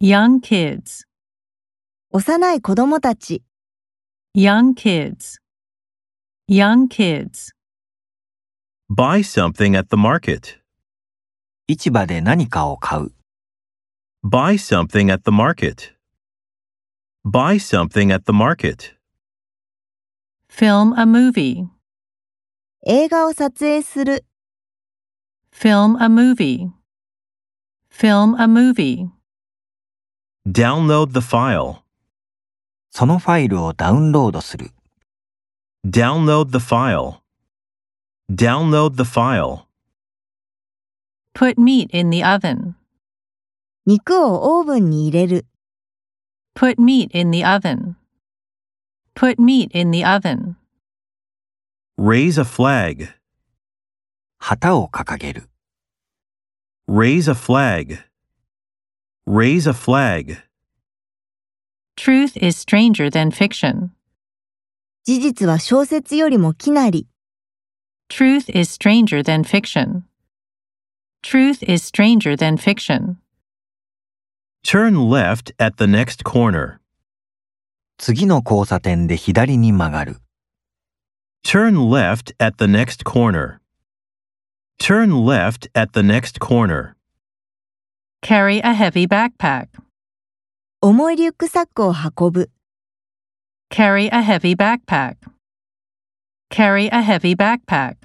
young kids, 幼い子供たち、 young kids, young kids, Buy something at the market. 市場で何かを買う。 Buy something at the market. Buy something at the market. film a movie, 映画を撮影する、 film a movie, film a movie, Download the file. そのファイルをダウンロードする。 Download the file. Download the file. put meat in the oven, 肉をオーブンに入れる、 put meat in the oven, put meat in the oven, Raise a flag. 旗を掲げる。 Raise a flag. Raise a flag. truth is stranger than fiction, 事実は小説よりもきなり、 truth is stranger than fiction, truth is stranger than fiction. Turn left at the next corner. 次の交差点で左に曲がる。 Turn left at the next corner. Turn left at the next corner. Carry a heavy backpack. 重いリュックサックを運ぶ、 Carry a heavy backpack. Carry a heavy backpack.